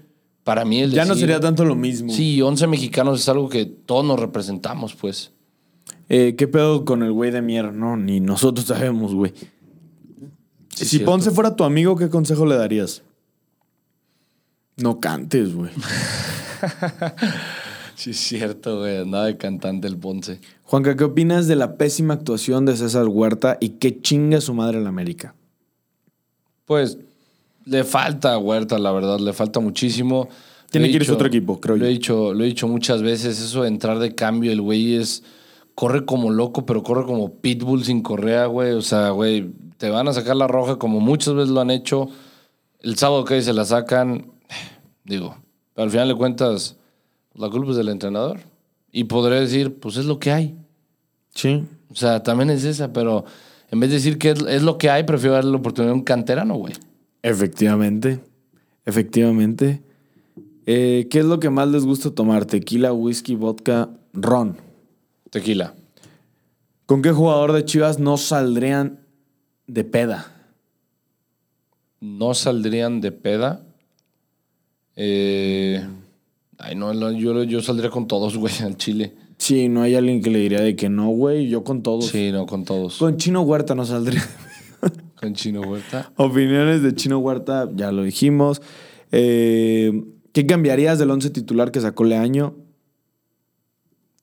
B: para mí el
A: Ya no
B: decir-
A: sería tanto lo mismo.
B: Sí, 11 mexicanos es algo que todos nos representamos, pues.
A: Eh, ¿Qué pedo con el güey de mierda? No, ni nosotros sabemos, güey.
B: Sí,
A: si
B: cierto.
A: Ponce fuera tu amigo, ¿qué consejo le darías? No cantes, güey.
B: Sí, es cierto, güey. Andaba de cantante el Ponce.
A: Juanca, ¿qué opinas de la pésima actuación de César Huerta y qué chinga su madre en la América?
B: Pues le falta a Huerta, la verdad, le falta muchísimo.
A: Tiene
B: Lo he
A: que irse a otro equipo, creo
B: lo
A: yo.
B: He dicho, lo he dicho muchas veces, eso de entrar de cambio, el güey es. Corre como loco, pero corre como pitbull sin correa, güey. O sea, güey, te van a sacar la roja como muchas veces lo han hecho. El sábado que se la sacan, digo, pero al final de cuentas, la culpa es del entrenador. Y podré decir, pues es lo que hay.
A: Sí.
B: O sea, también es esa, pero en vez de decir que es, es lo que hay, prefiero darle la oportunidad a un canterano, güey.
A: Efectivamente. Efectivamente. Eh, ¿Qué es lo que más les gusta tomar? Tequila, whisky, vodka, ron.
B: Tequila.
A: ¿Con qué jugador de Chivas no saldrían de peda?
B: no saldrían de peda. Eh, ay, no, la- yo, yo saldría con todos, güey, al Chile.
A: Sí, no hay alguien que le diría de que no, güey. Yo con todos.
B: Sí, no, con todos.
A: Con Chino Huerta no saldría.
B: Con Chino Huerta.
A: Opiniones de Chino Huerta, ya lo dijimos. Eh, ¿Qué cambiarías del once titular que sacó Leaño?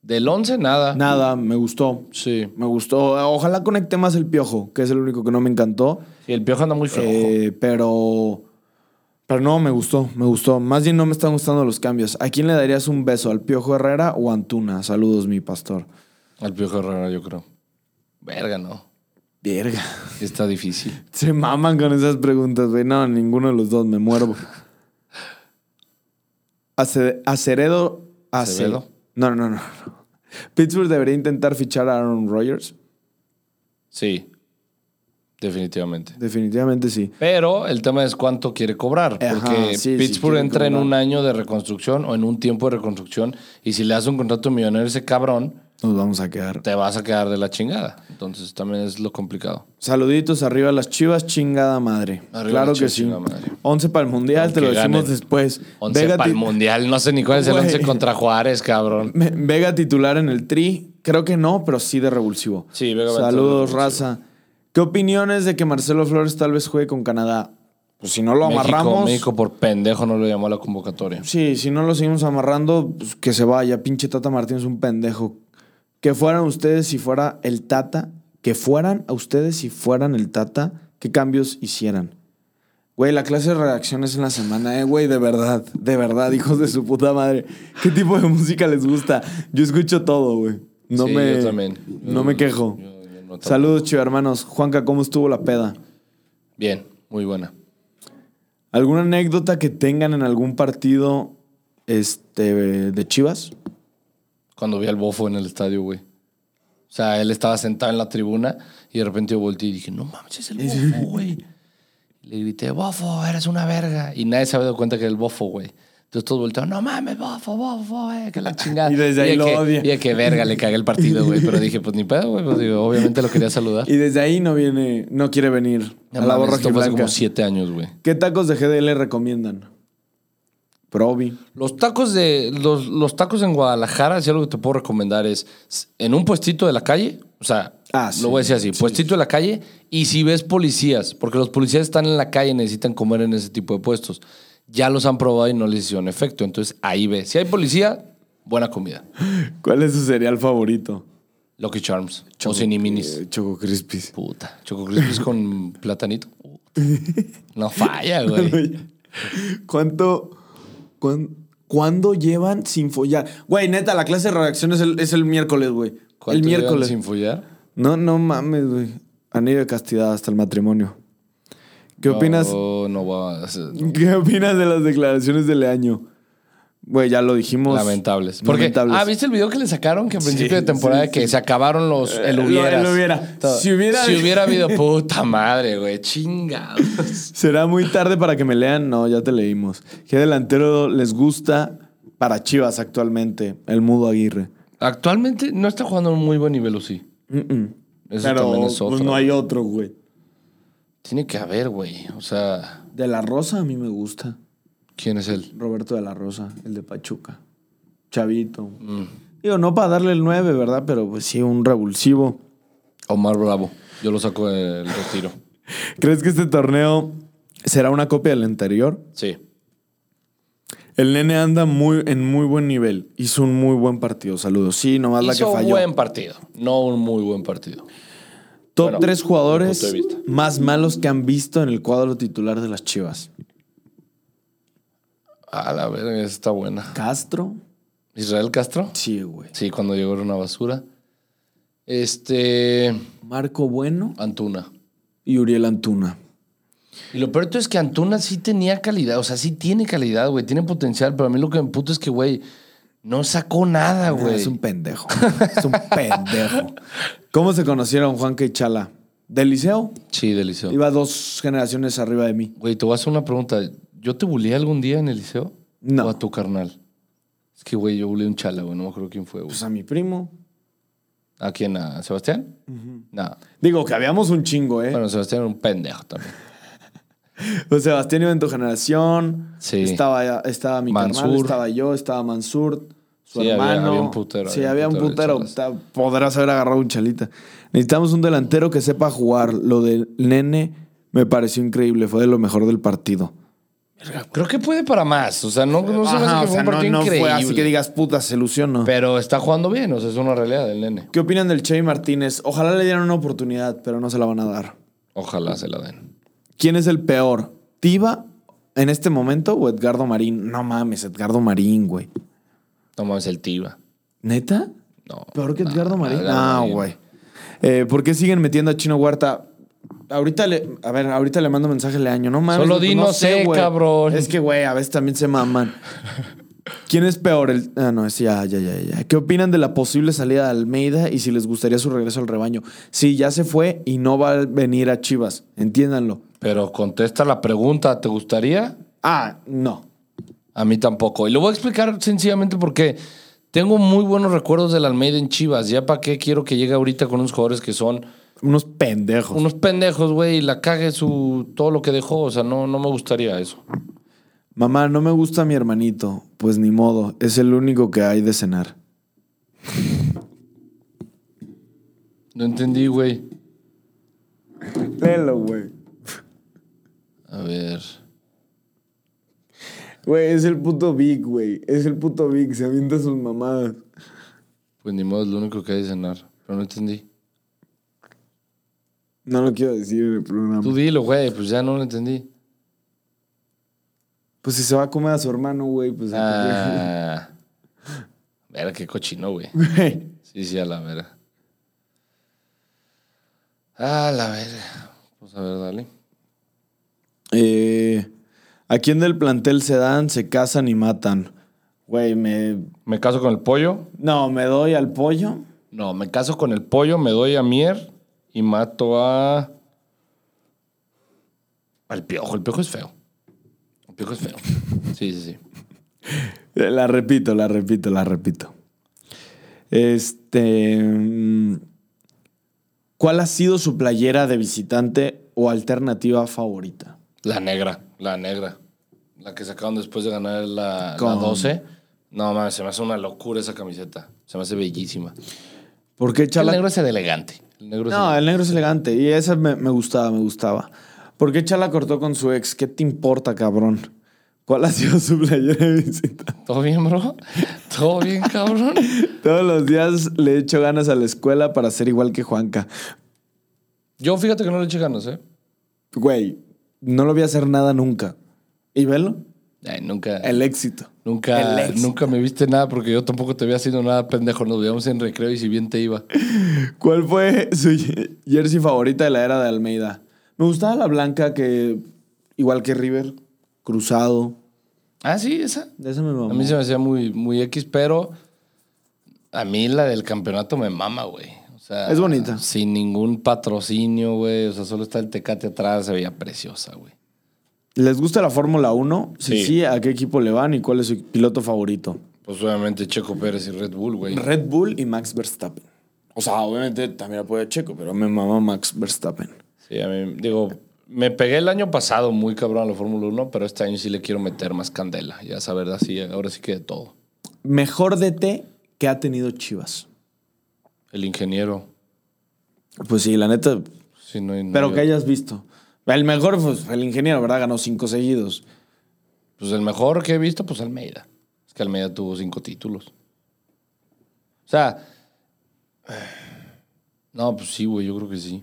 B: Del 11, nada.
A: Nada, me gustó.
B: Sí.
A: Me gustó. Ojalá conecte más el piojo, que es el único que no me encantó.
B: Y el Piojo anda muy flojo.
A: Eh, pero. Pero no, me gustó, me gustó. Más bien no me están gustando los cambios. ¿A quién le darías un beso? ¿Al Piojo Herrera o a Antuna? Saludos, mi pastor.
B: Al Piojo Herrera, yo creo. Verga, no.
A: Verga.
B: Está difícil.
A: Se maman con esas preguntas, güey. No, ninguno de los dos, me muervo. Ace- Aceredo. Ace-
B: Acevedo.
A: No, no, no, no. Pittsburgh debería intentar fichar a Aaron Rodgers.
B: Sí. Definitivamente.
A: Definitivamente sí.
B: Pero el tema es cuánto quiere cobrar. Porque
A: Ajá, sí, sí,
B: Pittsburgh
A: quiere
B: entra en
A: cobrar.
B: un año de reconstrucción o en un tiempo de reconstrucción. Y si le hace un contrato millonario a ese cabrón,
A: Nos vamos a quedar.
B: te vas a quedar de la chingada. Entonces también es lo complicado.
A: Saluditos arriba las chivas, chingada madre.
B: Arriba
A: claro
B: las
A: que
B: Chivas,
A: sí.
B: chingada madre.
A: 11 para el mundial, te
B: Aunque
A: lo decimos
B: ganen.
A: después.
B: 11
A: Vega
B: para el
A: ti-
B: mundial. No sé ni cuál es el
A: Güey.
B: 11 contra Juárez, cabrón.
A: Me- Vega titular en el tri, creo que no, pero sí de revulsivo.
B: Sí, Vega va a entrar de
A: Saludos,
B: revulsivo.
A: raza. ¿Qué opiniones de que Marcelo Flores tal vez juegue con Canadá? Pues si no lo
B: México,
A: amarramos.
B: México por pendejo no lo llamó a la convocatoria.
A: Sí, si no lo seguimos amarrando, pues que se vaya. Pinche Tata Martínez es un pendejo. Que fueran ustedes si fuera el Tata. Que fueran a ustedes si fueran el Tata. ¿Qué cambios hicieran? Güey, la clase de reacciones en la semana, eh, güey, de verdad, de verdad, hijos de su puta madre. ¿Qué tipo de música les gusta? Yo escucho todo, güey. No
B: Sí,
A: me.
B: yo también.
A: No me quejo.
B: Yo- yo no tampoco.
A: Saludos, chivo hermanos. Juanca, ¿cómo estuvo la peda?
B: Bien, muy buena.
A: ¿Alguna anécdota que tengan en algún partido este, de Chivas?
B: Cuando vi al bofo en el estadio, güey. O sea, él estaba sentado en la tribuna y de repente yo volteé y dije, no mames, es el bofo, güey. Le grité, bofo, eres una verga. Y nadie se había dado cuenta que era el bofo, güey. Entonces todos voltearon, no mames, bofo, bofo, güey, que la chingada.
A: Y desde ahí
B: de
A: lo
B: que-
A: odia.
B: Y de que verga, le cagué el partido, güey. Pero dije, pues ni pedo, güey. Pues digo, obviamente lo quería saludar.
A: Y desde ahí no viene, no quiere venir
B: No
A: a la
B: mames,
A: borra
B: Esto fue hace
A: blanca.
B: como siete años, güey.
A: ¿Qué tacos de GDL recomiendan? Probi.
B: Los tacos de los, los tacos en Guadalajara, si algo que te puedo recomendar es s- en un puestito de la calle, o sea,
A: Ah, sí.
B: lo voy a decir así, puestito de la calle y si ves policías, porque los policías están en la calle y necesitan comer en ese tipo de puestos. Ya los han probado y no les hicieron efecto, entonces ahí ve. Si hay policía, buena comida.
A: ¿Cuál es su cereal favorito?
B: Lucky Charms o Ciniminis.
A: Eh, Choco Crispies.
B: Puta, Choco Crispies con platanito. No falla, güey.
A: ¿Cuánto, cuán- ¿Cuándo llevan sin follar? Güey, neta, la clase de redacción es el, es el miércoles, güey. El
B: ¿Cuánto llevan
A: miércoles.
B: sin follar?
A: No, no mames, güey. Anillo de castidad hasta el matrimonio. ¿Qué opinas?
B: No, Oh, no voy a hacer-
A: ¿Qué opinas de las declaraciones del año? Güey, ya lo dijimos.
B: Lamentables. Pues, Porque,
A: Lamentables.
B: ah, ¿viste el video que le sacaron? Que a principio de temporada que se acabaron los el
A: Eh, lo-
B: hubieras.
A: el hubiera.
B: Todo.
A: Si hubiera-
B: Si hubiera habido puta madre, güey. Chingados.
A: ¿Será muy tarde para que me lean? No, ya te leímos. ¿Qué delantero les gusta para Chivas actualmente? El Mudo Aguirre.
B: Actualmente no está jugando a un muy buen nivel, ¿o sí?
A: Mm-mm.
B: Eso Mm, también
A: Pero
B: es otro.
A: pues no hay otro, güey.
B: Tiene que haber, güey. O sea,
A: De la Rosa a mí me gusta.
B: ¿quién es él?
A: Roberto de la Rosa, el de Pachuca. Chavito.
B: Mm,
A: Digo, no para darle el 9, ¿verdad? Pero pues sí, un revulsivo.
B: Omar Bravo. Yo lo saco del retiro.
A: ¿Crees que este torneo será una copia del anterior?
B: Sí.
A: El nene anda muy, en muy buen nivel. Hizo un muy buen partido. Saludos. Sí, nomás
B: Hizo
A: la que
B: un
A: falló.
B: buen partido. No un muy buen partido.
A: Top
B: bueno,
A: 3
B: mi
A: jugadores
B: punto de vista.
A: más malos que han visto en el cuadro titular de las Chivas.
B: A la verga, esa está buena.
A: Castro.
B: Israel Castro.
A: Sí, güey.
B: Sí, cuando llegó era una basura. Este.
A: Marco Bueno
B: Antuna.
A: y Uriel Antuna.
B: Ah, Y lo peor de todo es que Antuna sí tenía calidad, o sea, sí tiene calidad, güey, tiene potencial, pero a mí lo que me puto es que, güey, no sacó nada, güey.
A: Ah, Es un pendejo. Es un pendejo. ¿Cómo se conocieron Juanca y Chala? ¿Del liceo?
B: Sí, delicioso.
A: Iba dos generaciones arriba de mí.
B: Güey, te voy a hacer una pregunta. ¿Yo te bulí algún día en el liceo?
A: No.
B: ¿O a tu carnal? Es que, güey, yo bulí a un chala, güey, no me acuerdo quién fue, güey.
A: Pues a mi primo.
B: ¿A quién? ¿A Sebastián? No.
A: Digo, que habíamos un chingo, ¿eh?
B: Bueno, Sebastián era un pendejo también.
A: Pues Sebastián iba en tu generación.
B: Sí.
A: Estaba, estaba mi carnal,
B: Mansur.
A: estaba yo, estaba Mansur, su
B: Sí, había-
A: hermano.
B: había un putero,
A: Sí,
B: había un
A: había un
B: putero de
A: putero.
B: chalas.
A: Ta- Podrás haber agarrado un chalita. Necesitamos un delantero que sepa jugar. Lo del nene me pareció increíble. Fue de lo mejor del partido.
B: Creo que puede para más, o sea, no, no se me hace
A: Ajá,
B: que
A: o
B: fue
A: sea,
B: un partido
A: no, no
B: increíble.
A: fue así que digas, puta, se ilusionó.
B: Pero está jugando bien, o sea, es una realidad el nene.
A: ¿Qué opinan del Chevy Martínez? Ojalá le dieran una oportunidad, pero no se la van a dar.
B: Ojalá se la den.
A: ¿Quién es el peor? ¿Tiva en este momento o Edgardo Marín? No mames, Edgardo Marín, güey.
B: No mames, el Tiva.
A: ¿Neta?
B: No.
A: ¿Peor que
B: nah,
A: Edgardo Marín?
B: Edgardo
A: Ah,
B: Marín.
A: güey. Eh, ¿Por qué siguen metiendo a Chino Huerta? Ahorita le, a ver, ahorita le mando mensaje al año. No mames.
B: Solo
A: güey,
B: di no sé,
A: güey.
B: cabrón.
A: Es que, güey, a veces también se maman. ¿Quién es peor? El... Ah, no, es ya, ya, ya, ya. ¿Qué opinan de la posible salida de Almeida y si les gustaría su regreso al rebaño? Sí, ya se fue y no va a venir a Chivas. Entiéndanlo.
B: Pero contesta la pregunta, ¿te gustaría?
A: Ah, no.
B: A mí tampoco. Y lo voy a explicar sencillamente porque tengo muy buenos recuerdos del Almeida en Chivas. Ya para qué quiero que llegue ahorita con unos jugadores que son
A: Unos pendejos.
B: unos pendejos, güey, y la cague su todo lo que dejó. O sea, no, no me gustaría eso.
A: Mamá, no me gusta mi hermanito. Pues ni modo, es el único que hay de cenar.
B: No entendí, güey.
A: Léelo, güey.
B: A ver.
A: Güey, es el puto Vic, güey. Es el puto Vic, se avienta sus mamadas.
B: Pues ni modo, es lo único que hay de cenar. Pero no entendí.
A: No lo quiero decir en el programa.
B: Tú dilo, güey, pues ya no lo entendí.
A: Pues si se va a comer a su hermano, güey, pues...
B: Ah. Verga, qué cochino, güey.
A: Güey.
B: Sí, sí, a la verga. A la verga. Pues a ver, dale.
A: Eh, ¿A quién del plantel se dan, se casan y matan? Güey, me...
B: Me caso con el pollo.
A: No, me doy al pollo.
B: No, me caso con el pollo, me doy a Mier y mato a. Al piojo. El piojo es feo. El piojo es feo. Sí, sí, sí.
A: Eh, La repito, la repito, la repito. Este... mm, ¿Cuál ha sido su playera de visitante o alternativa favorita?
B: La negra, la negra. La que sacaron después de ganar la, la
A: Con-
B: 12. No, mames, se me hace una locura esa camiseta. Se me hace bellísima.
A: ¿Por qué
B: El
A: Chala?
B: negro es el elegante. El negro es
A: No,
B: el-
A: el negro es elegante. Y esa me, me gustaba, me gustaba. ¿Por qué Chala cortó con su ex? ¿Qué te importa, cabrón? ¿Cuál ha sido su playera de visita?
B: ¿Todo bien, bro? ¿Todo bien, cabrón?
A: Todos los días le echo ganas a la escuela para ser igual que Juanca.
B: Yo fíjate que no le eché ganas, ¿eh?
A: Güey, no lo voy a hacer nada nunca. ¿Y velo?
B: Ay, nunca.
A: El éxito. El
B: Nunca,
A: ex.
B: nunca me viste nada porque yo tampoco te había sido nada pendejo. Nos veíamos en recreo y si bien te iba.
A: ¿Cuál fue su ye- jersey favorita de la era de Almeida? Me gustaba la blanca que, igual que River, cruzado.
B: Ah, sí, esa.
A: De esa me mamó.
B: A mí se me hacía muy, muy X, pero a mí la del campeonato me mama, güey. O sea,
A: Es bonita.
B: Sin ningún patrocinio, güey. O sea, solo está el tecate atrás, se veía preciosa, güey.
A: ¿Les gusta la Fórmula 1? Si
B: Sí.
A: sí. ¿a qué equipo le van y cuál es su piloto favorito?
B: Pues obviamente Checo Pérez y Red Bull, güey.
A: Red Bull y Max Verstappen.
E: O sea, obviamente también apoyo a Checo, pero me mama Max Verstappen.
B: Sí, a mí, digo, me pegué el año pasado muy cabrón a la Fórmula 1, pero este año sí le quiero meter más candela. Ya saber, así, ahora sí que de todo.
A: Mejor DT que ha tenido Chivas.
B: El ingeniero.
A: Pues sí, la neta.
B: Sí, no hay- no
A: Pero
B: hay
A: que
B: otro.
A: hayas visto. El mejor pues, fue el ingeniero, ¿verdad? Ganó cinco seguidos.
B: Pues el mejor que he visto, pues Almeida. Es que Almeida tuvo cinco títulos. O sea. No, pues sí, güey, yo creo que sí.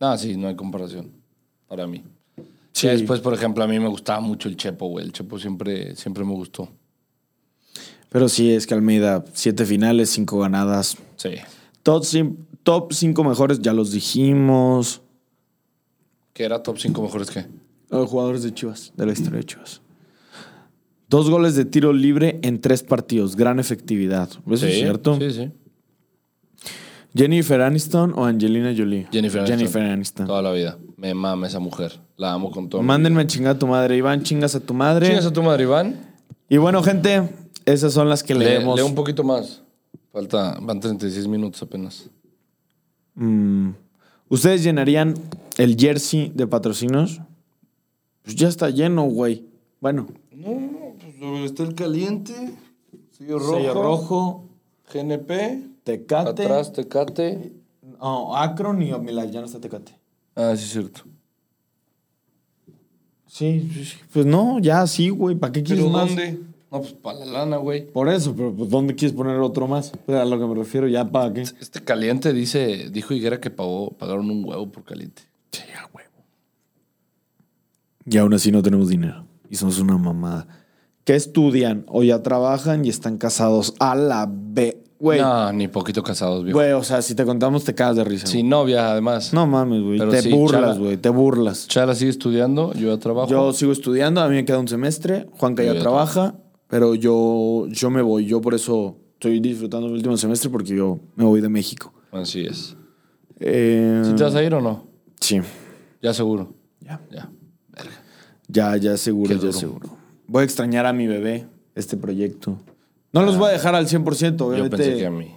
B: No, sí, no hay comparación. Para mí. Sí. después, por ejemplo, a mí me gustaba mucho el Chepo, güey. El Chepo siempre, siempre me gustó.
A: Pero sí, es que Almeida, siete finales, cinco ganadas.
B: Sí.
A: Top, cin- top cinco mejores, ya los dijimos.
B: Que era top 5 mejores que.
A: Los jugadores de Chivas, de la historia de Chivas. Dos goles de tiro libre en tres partidos. Gran efectividad. ¿Eso es
B: Sí,
A: cierto?
B: Sí, sí.
A: ¿Jennifer Aniston o Angelina Jolie?
B: Jennifer Aniston.
A: Jennifer Aniston.
B: Toda la vida. Me mama esa mujer. La amo con todo.
A: Mándenme a chingar a tu madre, Iván. Chingas a tu madre.
B: Chingas a tu madre, Iván.
A: Y bueno, gente, esas son las que
B: Le,
A: leemos.
B: lee un poquito más. Falta, van 36 minutos apenas.
A: Mm. ¿Ustedes llenarían el jersey de patrocinios? Pues ya está lleno, güey. Bueno.
B: No, pues está el caliente. Sello rojo.
A: Sello rojo,
B: GNP.
A: Tecate.
B: Atrás, tecate.
A: No, Akron y Omilay, ya no está Tecate.
B: Ah, sí, es cierto.
A: Sí, sí, sí. pues no, ya sí, güey. ¿Para qué quieres
B: ¿Pero
A: más?
B: dónde? No, pues para la lana, güey.
A: Por eso, pero pues, ¿dónde quieres poner otro más? Pues, a lo que me refiero, ya para qué.
B: Este caliente dice, dijo Higuera que pagó, pagaron un huevo por caliente.
A: Sí, a huevo. Y aún así no tenemos dinero. Y somos una mamada. ¿Qué estudian? O ya trabajan y están casados a la B. Güey,
B: No, ni poquito casados, viejo.
A: güey, o sea, si te contamos te cagas de risa.
B: Sin novia, además.
A: No mames, güey.
B: Pero
A: Te
B: sí,
A: burlas,
B: chala.
A: güey. Te burlas.
B: Chala sigue estudiando, yo ya trabajo.
A: Yo sigo estudiando, a mí me queda un semestre. Juanca
B: Yo
A: ya
B: ya
A: trabaja, pero yo, yo me voy. Yo por eso estoy disfrutando el último semestre porque yo me voy de México.
B: Así es.
A: Mm. Eh,
B: ¿Sí te vas a ir o no?
A: sí,
B: Ya seguro.
A: ya.
B: Ya.
A: Ya, ya seguro,
B: Qué
A: ya
B: duro.
A: seguro. Voy a extrañar a mi bebé este proyecto. No los voy a dejar al 100%,
B: Ah. Yo
A: obviamente.
B: pensé que a mí.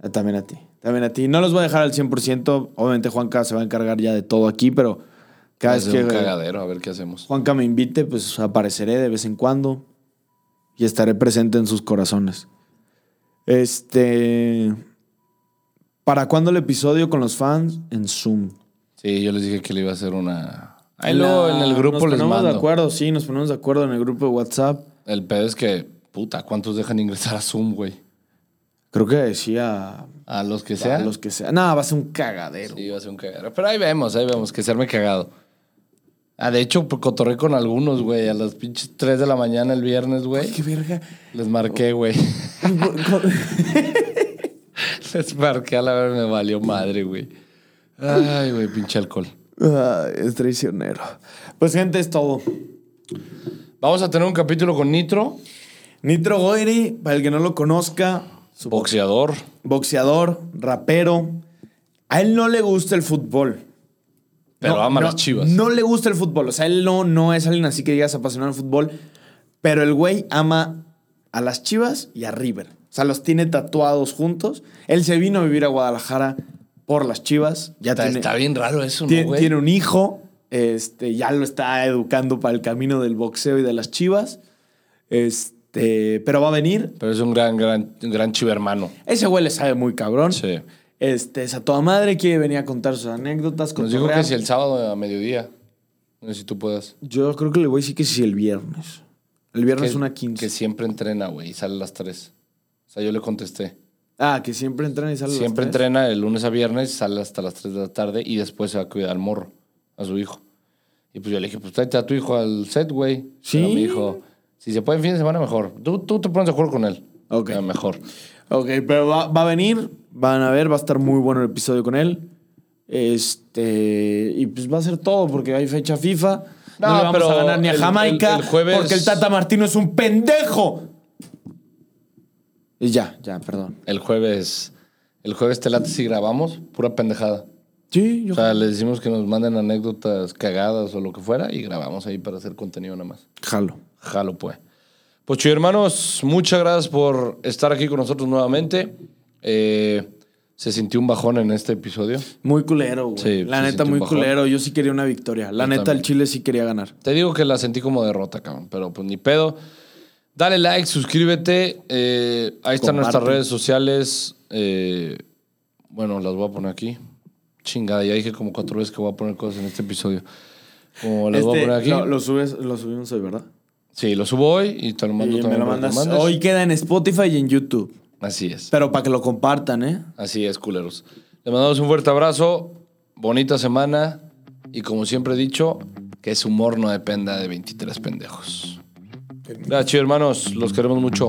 A: Ah, También a ti, también a ti. No los voy a dejar al 100%, obviamente Juanca se va a encargar ya de todo aquí, pero cada
B: Cada
A: vez que
B: un cagadero, a ver qué hacemos.
A: Juanca me invite, pues apareceré de vez en cuando y estaré presente en sus corazones. Este... ¿Para cuándo el episodio con los fans? En Zoom.
B: Sí, yo les dije que le iba a hacer una. Ahí luego en el grupo
A: nos
B: les
A: ponemos de
B: mando.
A: acuerdo, sí, nos ponemos de acuerdo en el grupo de WhatsApp.
B: El pedo es que, puta, ¿cuántos dejan ingresar a Zoom, güey?
A: Creo que decía
B: A los que
A: A
B: sean.
A: los que sea. Nada, va a ser un cagadero.
B: Sí, va a ser un cagadero. Pero ahí vemos, ahí vemos, que se arme cagado. Ah, de hecho, cotorré con algunos, güey. A las pinches 3 de la mañana el viernes, güey.
A: Qué verga.
B: Les marqué, güey. Les marqué a la vez, me valió madre, güey. Ay, güey, pinche alcohol.
A: Ah, es traicionero. Pues, gente, es todo.
B: Vamos a tener un capítulo con Nitro,
A: Nitro Goiri, para el que no lo conozca, su
B: boxeador.
A: boxeador, rapero. A él no le gusta el fútbol.
B: Pero
A: No,
B: ama
A: no,
B: las chivas.
A: No le gusta el fútbol. O sea, él no, no es alguien así que digas apasionado al fútbol. Pero el güey ama a las chivas y a River. O sea, los tiene tatuados juntos. Él se vino a vivir a Guadalajara por las chivas. Ya
B: está,
A: tiene,
B: está bien raro eso, ¿no,
A: Tien-
B: güey?
A: tiene un hijo, este, ya lo está educando para el camino del boxeo y de las chivas. Este, pero va a venir.
B: Pero es un gran, gran, un gran chivermano.
A: Ese güey le sabe muy cabrón.
B: Sí.
A: Este, es a toda madre, quiere venir a contar sus anécdotas.
B: Nos dijo que
A: cotorrear.
B: si el sábado a mediodía. No sé si tú puedas.
A: Yo creo que le voy a decir que si el viernes. El viernes
B: que,
A: una 15.
B: Que siempre entrena, güey, y sale a las 3. O sea, yo le contesté.
A: Ah, que siempre entrena y sale a las
B: Siempre
A: tres.
B: entrena de lunes a viernes, sale hasta las 3 de la tarde y después se va a cuidar al morro, a su hijo. Y pues yo le dije, pues tráete a tu hijo al set, güey.
A: Sí.
B: Pero me dijo, si se puede en fin de semana, mejor. Tú, tú te pones de acuerdo con él.
A: Ok.
B: Ah, mejor.
A: Ok, pero va, va a venir, van a ver, va a estar muy bueno el episodio con él. Este, y pues va a ser todo porque hay fecha FIFA. No,
B: No,
A: le vamos
B: pero
A: a ganar ni a
B: el-
A: Jamaica
B: el- el jueves-
A: porque el Tata Martino es un pendejo. Y ya, ya, perdón.
B: El jueves, el jueves te late si grabamos, pura pendejada.
A: Sí, yo
B: O sea, le decimos que nos manden anécdotas cagadas o lo que fuera y grabamos ahí para hacer contenido nada más.
A: jalo.
B: Jalo, pues. Pues, chido, hermanos, muchas gracias por estar aquí con nosotros nuevamente. Eh, ¿Se sintió un bajón en este episodio?
A: Muy culero, güey.
B: Sí,
A: la neta,
B: se sintió
A: muy
B: un bajón.
A: culero. Yo sí quería una victoria. La
B: Yo
A: neta,
B: también.
A: el Chile sí quería ganar.
B: Te digo que la sentí como derrota, cabrón, pero pues ni pedo. Dale like, suscríbete. eh, ahí están nuestras
A: Comparte.
B: redes sociales. eh, bueno, las voy a poner aquí. Chingada, ya dije como cuatro veces que voy a poner cosas en este episodio. Como las voy a
A: Este,
B: poner aquí.
A: Lo, lo subes, lo subimos hoy, ¿verdad?
B: Sí, lo subo hoy y te lo mando
A: Y
B: también.
A: me lo
B: para que
A: mandas.
B: mandes.
A: Hoy queda en Spotify y en YouTube.
B: Así es.
A: Pero para que lo compartan, ¿eh?
B: Así es, culeros. Les mandamos un fuerte abrazo, bonita semana y como siempre he dicho, que su humor no dependa de 23 pendejos. Gracias, hermanos. Los queremos mucho.